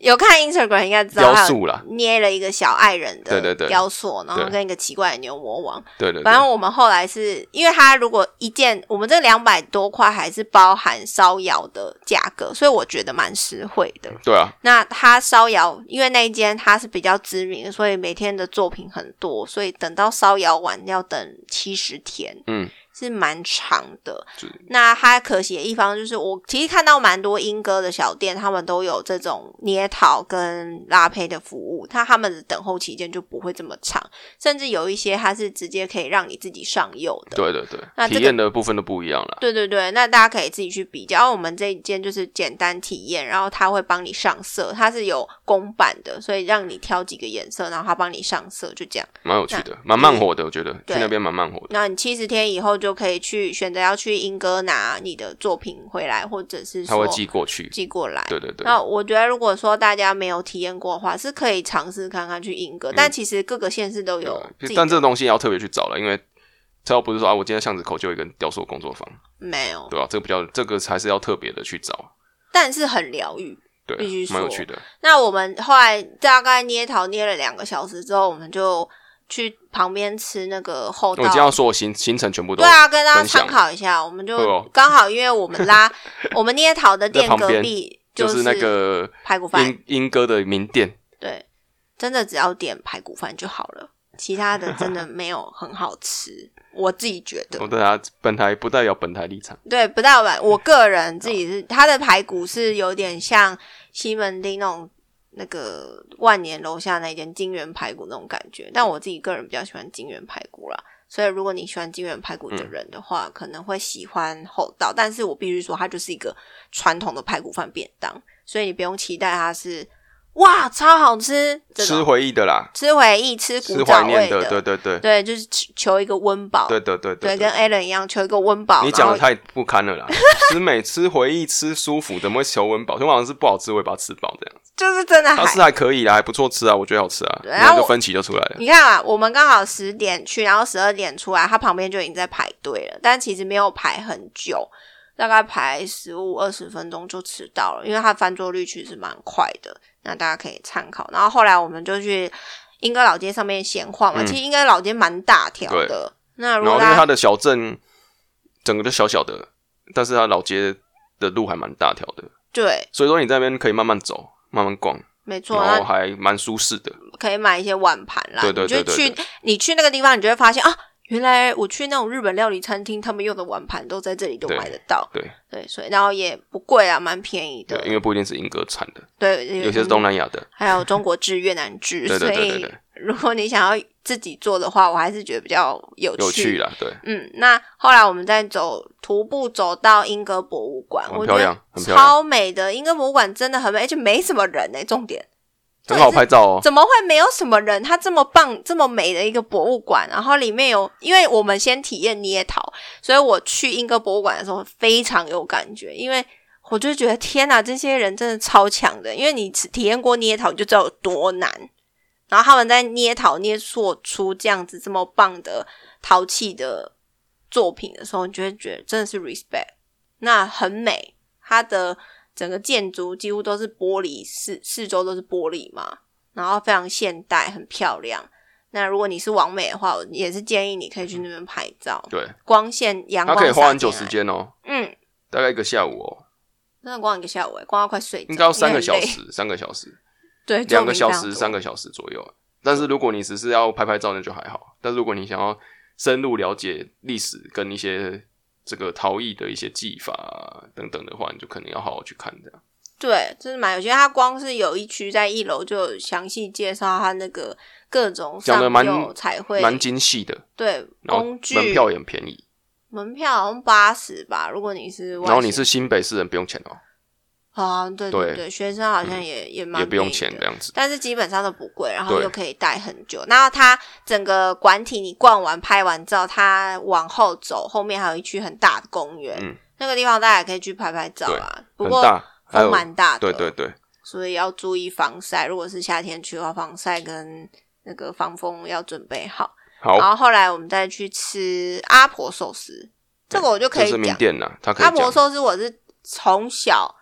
有看 Instagram 应该知道，
雕
他有
塑啦，
捏了一个小爱人的
对对对
雕塑，然后
对
跟一个奇怪的牛魔王。
对对对
反，正我们后来是因为它如果一件我们这两百多块还是包含烧窑的价格，所以我觉得蛮实惠的。
对啊，
那他烧窑，因为那一间他是比较知名的，所以每天的作品很多，所以等到烧窑完要等七十天，
嗯，
是蛮长的
是。
那他可惜的地方就是，我其实看到蛮多英歌的小店，他们都有这种捏陶跟拉胚的服务，那他们的等候期间就不会这么长，甚至有一些它是直接可以让你自己上釉的。
对对对，
那这
体
个
验的部分都不一样啦。
对对对，那大家可以自己去比较。哦然后我们这一间就是简单体验，然后他会帮你上色，它是有公版的，所以让你挑几个颜色，然后他帮你上色，就这样。
蛮有趣的，蛮慢活的，我觉得去
对
那边蛮慢活的。
那你七十天以后就可以去选择要去英哥拿你的作品回来，或者是
他
说
会寄过去。
寄过来。
对对对，
那我觉得，如果说大家没有体验过的话，是可以尝试看看去英哥，但其实各个县市都有自
嗯
己的，
啊但这个东西要特别去找了，因为他又不是说啊，我今天巷子口就有一个雕塑工作坊，
没有，
对吧、啊这个比较，这个才是要特别的去找，
但是很疗愈。
对啊
必须，说
蛮有趣的。
那我们后来大概捏陶捏了两个小时之后，我们就去旁边吃那个厚
我今哦天要
道。
说我行行程全部都
对啊，跟大家
分享
参考一下，我们
对
就
哦
刚好因为我
*laughs*
们拉我们捏陶的店
在旁
隔
边
壁
就是那个
排骨饭，
英英哥的名店，
对，真的只要点排骨饭就好了，其他的真的没有很好吃，我自己觉得
我。对他本台不代表本台立场，
对，不到吧？我个人自己是，它的排骨是有点像西门町那种那个万年楼下那间金源排骨那种感觉，但我自己个人比较喜欢金源排骨啦。所以如果你喜欢金源排骨的人的话，可能会喜欢厚道，但是我必须说，它就是一个传统的排骨饭便当，所以你不用期待它是哇超好吃，这
吃
种
回忆的啦，
吃回忆、吃
吃
古
怀
早
念
味
的，对对对，
对，就是求一个温饱，
对对对
对，
对。
跟 Alan 一样，求一个温饱。
你
然
讲
后
的太不堪了啦！吃美、吃回忆、吃舒服，怎么会求温饱？就好像是不好吃，我也把它吃饱这样。
就是真的
它
啊还
啊是还可以啦，还不错吃啊，我觉得好吃啊。
对然后
那个
我
分歧就出来了。
你看啊，我们刚好十点去，然后十二点出来，它旁边就已经在排队了，但其实没有排很久，大概排十五二十分钟就吃到了，因为它翻桌率其实蛮快的，那大家可以参考。然后后来我们就去英歌老街上面闲晃嘛，
嗯
其实英歌老街蛮大条的。那如
然
果
后因为
大
它
家
的小镇整个就小小的，但是它老街的路还蛮大条的，
对，
所以说你在那边可以慢慢走、慢慢逛，
没错，
然后
那
还蛮舒适的。
可以买一些碗盘啦。
对对对对
你就去你去那个地方，你就会发现啊，原来我去那种日本料理餐厅，他们用的碗盘都在这里都
对
买得到。
对
对，所以然后也不贵啊，蛮便宜的
对，。因为不一定是英歌产的，
对，
有些是东南亚的。
*laughs* 还有中国制、越南制，
对对对对
所以
对
如果你想要自己做的话，我还是觉得比较有趣。
有趣啦，对，
嗯，那后来我们再走徒步走到英歌博物馆，
很
我
漂
觉
亮
得
很漂亮
超美的。英歌博物馆真的很美，而且没什么人呢、欸重点
很好拍照哦。
怎么会没有什么人？它这么棒、这么美的一个博物馆，然后里面有，因为我们先体验捏陶，所以我去英歌博物馆的时候非常有感觉，因为我就觉得天哪，这些人真的超强的，因为你只体验过捏陶，你就知道有多难。然后他们在捏陶捏做出这样子这么棒的陶器的作品的时候，你就会觉得真的是 respect，那很美，它的。整个建筑几乎都是玻璃，四四周都是玻璃嘛，然后非常现代，很漂亮。那如果你是完美的话，我也是建议你可以去那边拍照，
对，
光线、阳
嗯它
光
可以花很
洒进
久
来
时，间哦，
嗯，
大概一个下午哦，
真的光一个下午欸，光到快睡着，
应该要三
因为
个
很
小
累，
时，三个小时，
*laughs* 对，
两个小时，三
个，
个小时左右。啊但是如果你只是要拍拍照，那就还好。但如果你想要深入了解历史跟一些这个陶艺的一些技法啊等等的话，你就可能要好好去看这样。
对，真的蛮有趣。它光是有一区在一楼就有详细介绍它那个各种
讲得
上
蛮
釉彩绘，
蛮精细的，
对
然后
工具
门票也很便宜，
门票好像八十吧，如果你是外
然后你
县
是新北市人不用钱哦，
啊，
对嗯
对对对，学生好像也、也蛮
也不用
便宜
钱
的
这样子。
但是基本上都不贵，然后
对
又可以待很久。那它整个馆体你逛完拍完照，它往后走，后面还有一区很大的公园，
嗯
那个地方大家也可以去拍拍照啊。不
很
过
大，还
风
有
蛮大的，
对对，对，
所以要注意防晒。如果是夏天去的话，防晒跟那个防风要准备好。然
好，
后后来我们再去吃阿婆寿司，这个我就可
这
以
是名
讲。
店呐，它可
阿
以
婆
讲
寿司我是从小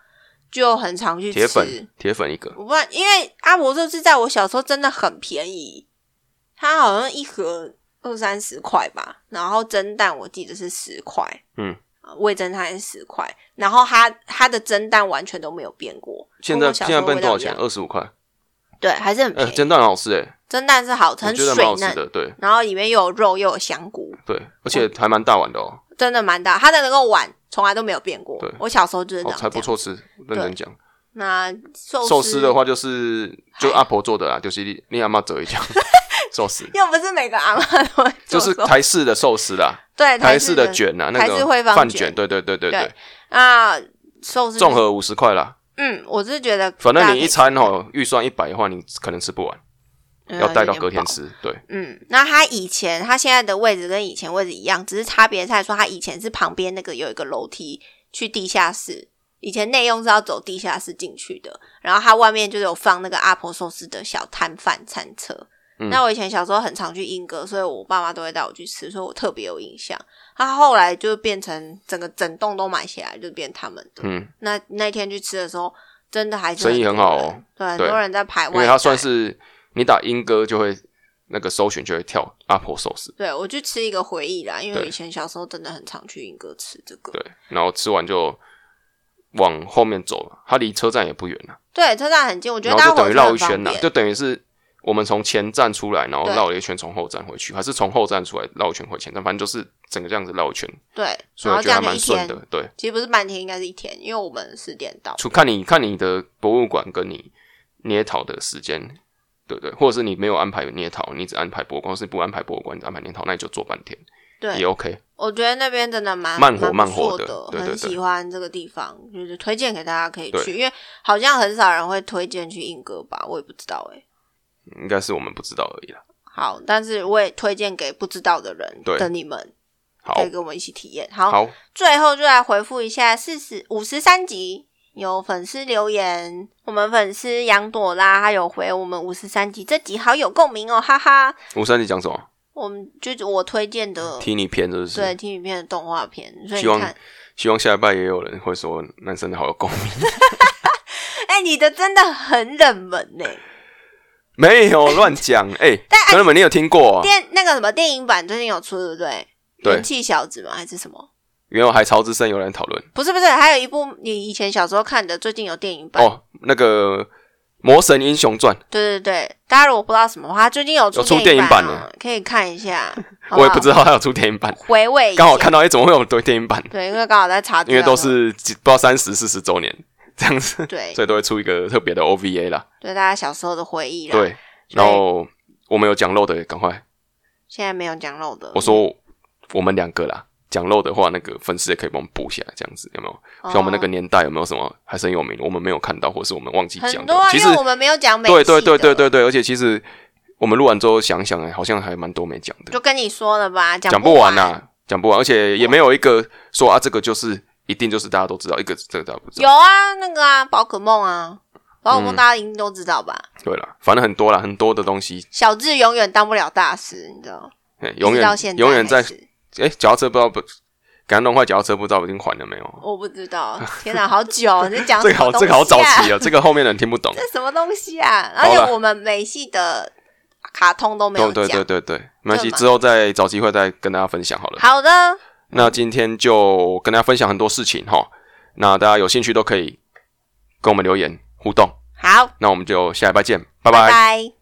就很常去吃，
铁粉铁粉一个，
我不知道，因为阿伯寿司在我小时候真的很便宜，它好像一盒二三十块吧，然后蒸蛋我记得是十块，
嗯
呃，味蒸它也是十块，然后它它的蒸蛋完全都没有变过，
现
跟
在
我小
现
时候
在变多少
味道一
钱？
样？
二十五块，
对，还是很便
呃，
宜，
煎蛋很好吃哎，
蒸蛋是好吃，
我
很
觉得蛮好
水
吃
嫩，
的，对
然后里面又有肉又有香菇，
对，而且还蛮大碗的哦，
真的蛮大，它的那个碗从来都没有变过
对，
我小时候就是
好
长这
还哦不
样。
错吃，认真讲。
那寿
寿司的
话，
话就是就
还
阿婆做的啦，就是你你阿妈折一
*laughs*
下寿司，
又不是每个阿妈都会
就
做
是
寿
台式的寿司
*laughs*
啦，
对
台
式
式的卷呐，那
台式
个
惠方
饭
卷
卷，对对对对对
对，啊，寿司
综合五十块啦，
嗯，我是觉得
反
大家
正
可
你
以
一餐哦预算一百的话，你可能吃不完，
嗯
要带到隔
有
天
点饱
吃，对，
嗯，那他以前他现在的位置跟以前位置一样，只是差别在说他以前是旁边那个有一个楼梯去地下室，以前内用是要走地下室进去的，然后他外面就是有放那个阿婆寿司的小摊贩餐车。
嗯
那我以前小时候很常去英格，所以我爸妈都会带我去吃，所以我特别有印象。他后来就变成整个整栋都买起来，就变他们的。
嗯，
那那天去吃的时候，真的还是
生意
很
很
多
好
人
哦，
对，很
对
多人在排外带，
因为它算是你打英歌就会那个搜寻就会跳阿婆寿司，
对我去吃一个回忆啦，因为
对
以前小时候真的很常去英哥吃这个。
对，然后吃完就往后面走了，它离车站也不远啊了，
对，车站很近，我觉
然
得
后
搭
就等
火
于
车
绕
很
一圈
方
啦，
便。
就等于是我们从前站出来，然后
对
绕了一圈从后站回去，还是从后站出来绕一圈回前站，反正就是整个这样子绕一圈，
对，
所以
然后
我
这
觉得还
样就
蛮
一
顺
天，
的，对。
其实不是半天，应该是一天，因为我们十点到。
除看你看你的博物馆跟你捏陶的时间，对不对？或者是你没有安排捏陶，你只安排博物馆，或是不安排博物馆，只安排捏陶，那你就做半天也
对，
OK。
我觉得那边真的蛮
慢活
蛮
慢
不
活
错
的
的，
对对
很
对
喜欢这个地方，就是推荐给大家可以
对
去，因为好像很少人会推荐去英哥吧，我也不知道哎、
应该是我们不知道而已啦。
好，但是我也推荐给不知道的人
对
的你们，
好
可以，跟我们一起体验。
好，
最后就来回复一下四十五十三集有粉丝留言，我们粉丝杨朵拉她有回我们五十三集这集好有共鸣哦，哈哈。
吴三你讲什么？
我们就是我推荐的
踢你偏是不
对
嗯是？
听影片的动画片，所以
希
你
望
看，
希望下一拜也有人会说男生的好有共鸣。 *laughs*
哎、你的真的很冷门欸呢、
没有乱讲，哎、
*laughs* 但
朋友们，你有听过、啊？
电那个什么电影版最近有出对不对？
对
元气小子吗？还是什么？
原来海潮之声有人讨论
不是不是，还有一部你以前小时候看的，最近有电影版。
哦，那个《魔神英雄传》，
对对对，大家如果不知道什么的话，最近有出
有出
电
电影版
哦可以看一
*laughs*
下。好啊
我也
好
不知道它有出电影
*laughs*
版，
回味一下
刚好看到哎、怎么会有多电影版？
对，因啊为刚好在查资
因
料
为
的时候，
都是几不知道三十四十周年这样子，*laughs*
对
所以都会出一个特别的 OVA 啦。
对大家小时候的回忆啦。，
对，然后我们有讲漏的，也赶快
现在没有讲漏的。
我说我们两个啦，讲漏的话，那个粉丝也可以帮我们补起来，这样子有没有？
哦，
像我们那个年代有没有什么还是很有名，我们没有看到，或是我们忘记讲
很
的
多、啊，？
其
因
实
为我们没有讲美
对对
系
对
的
对，对对，而且其实我们录完之后想想，哎，好像还蛮多没讲的，
就跟你说了吧，讲
讲
不
不呐，讲不完，而啊且也没有一个说啊，这个就是一定就是大家都知道，一个这个大家不知
有
道。
啊，那个啊，宝可梦啊，宝可
嗯
梦大家一定都知道吧？
对了，反正很多啦，很多的东西
小智永远当不了大师，你知道？
哎永
一直
远
到现
永远在
还是
哎，脚踏车不知道不，给他弄坏脚踏车不知道已经还了没有？
我不知道，天哪，好久
*laughs*
哦，你在讲
这个好，
什么
这个好
东
早
西啊
期啊，这个后面的人听不懂。
这 *laughs* 什么东西啊？而
好啦
且我们美系的卡通都没有
对
讲。
对对对对，没关系，
对嘛
之后再找机会再跟大家分享好了。
好的，
那今天就跟大家分享很多事情哈，那大家有兴趣都可以跟我们留言互动。
好，
那我们就下礼拜见，拜
拜拜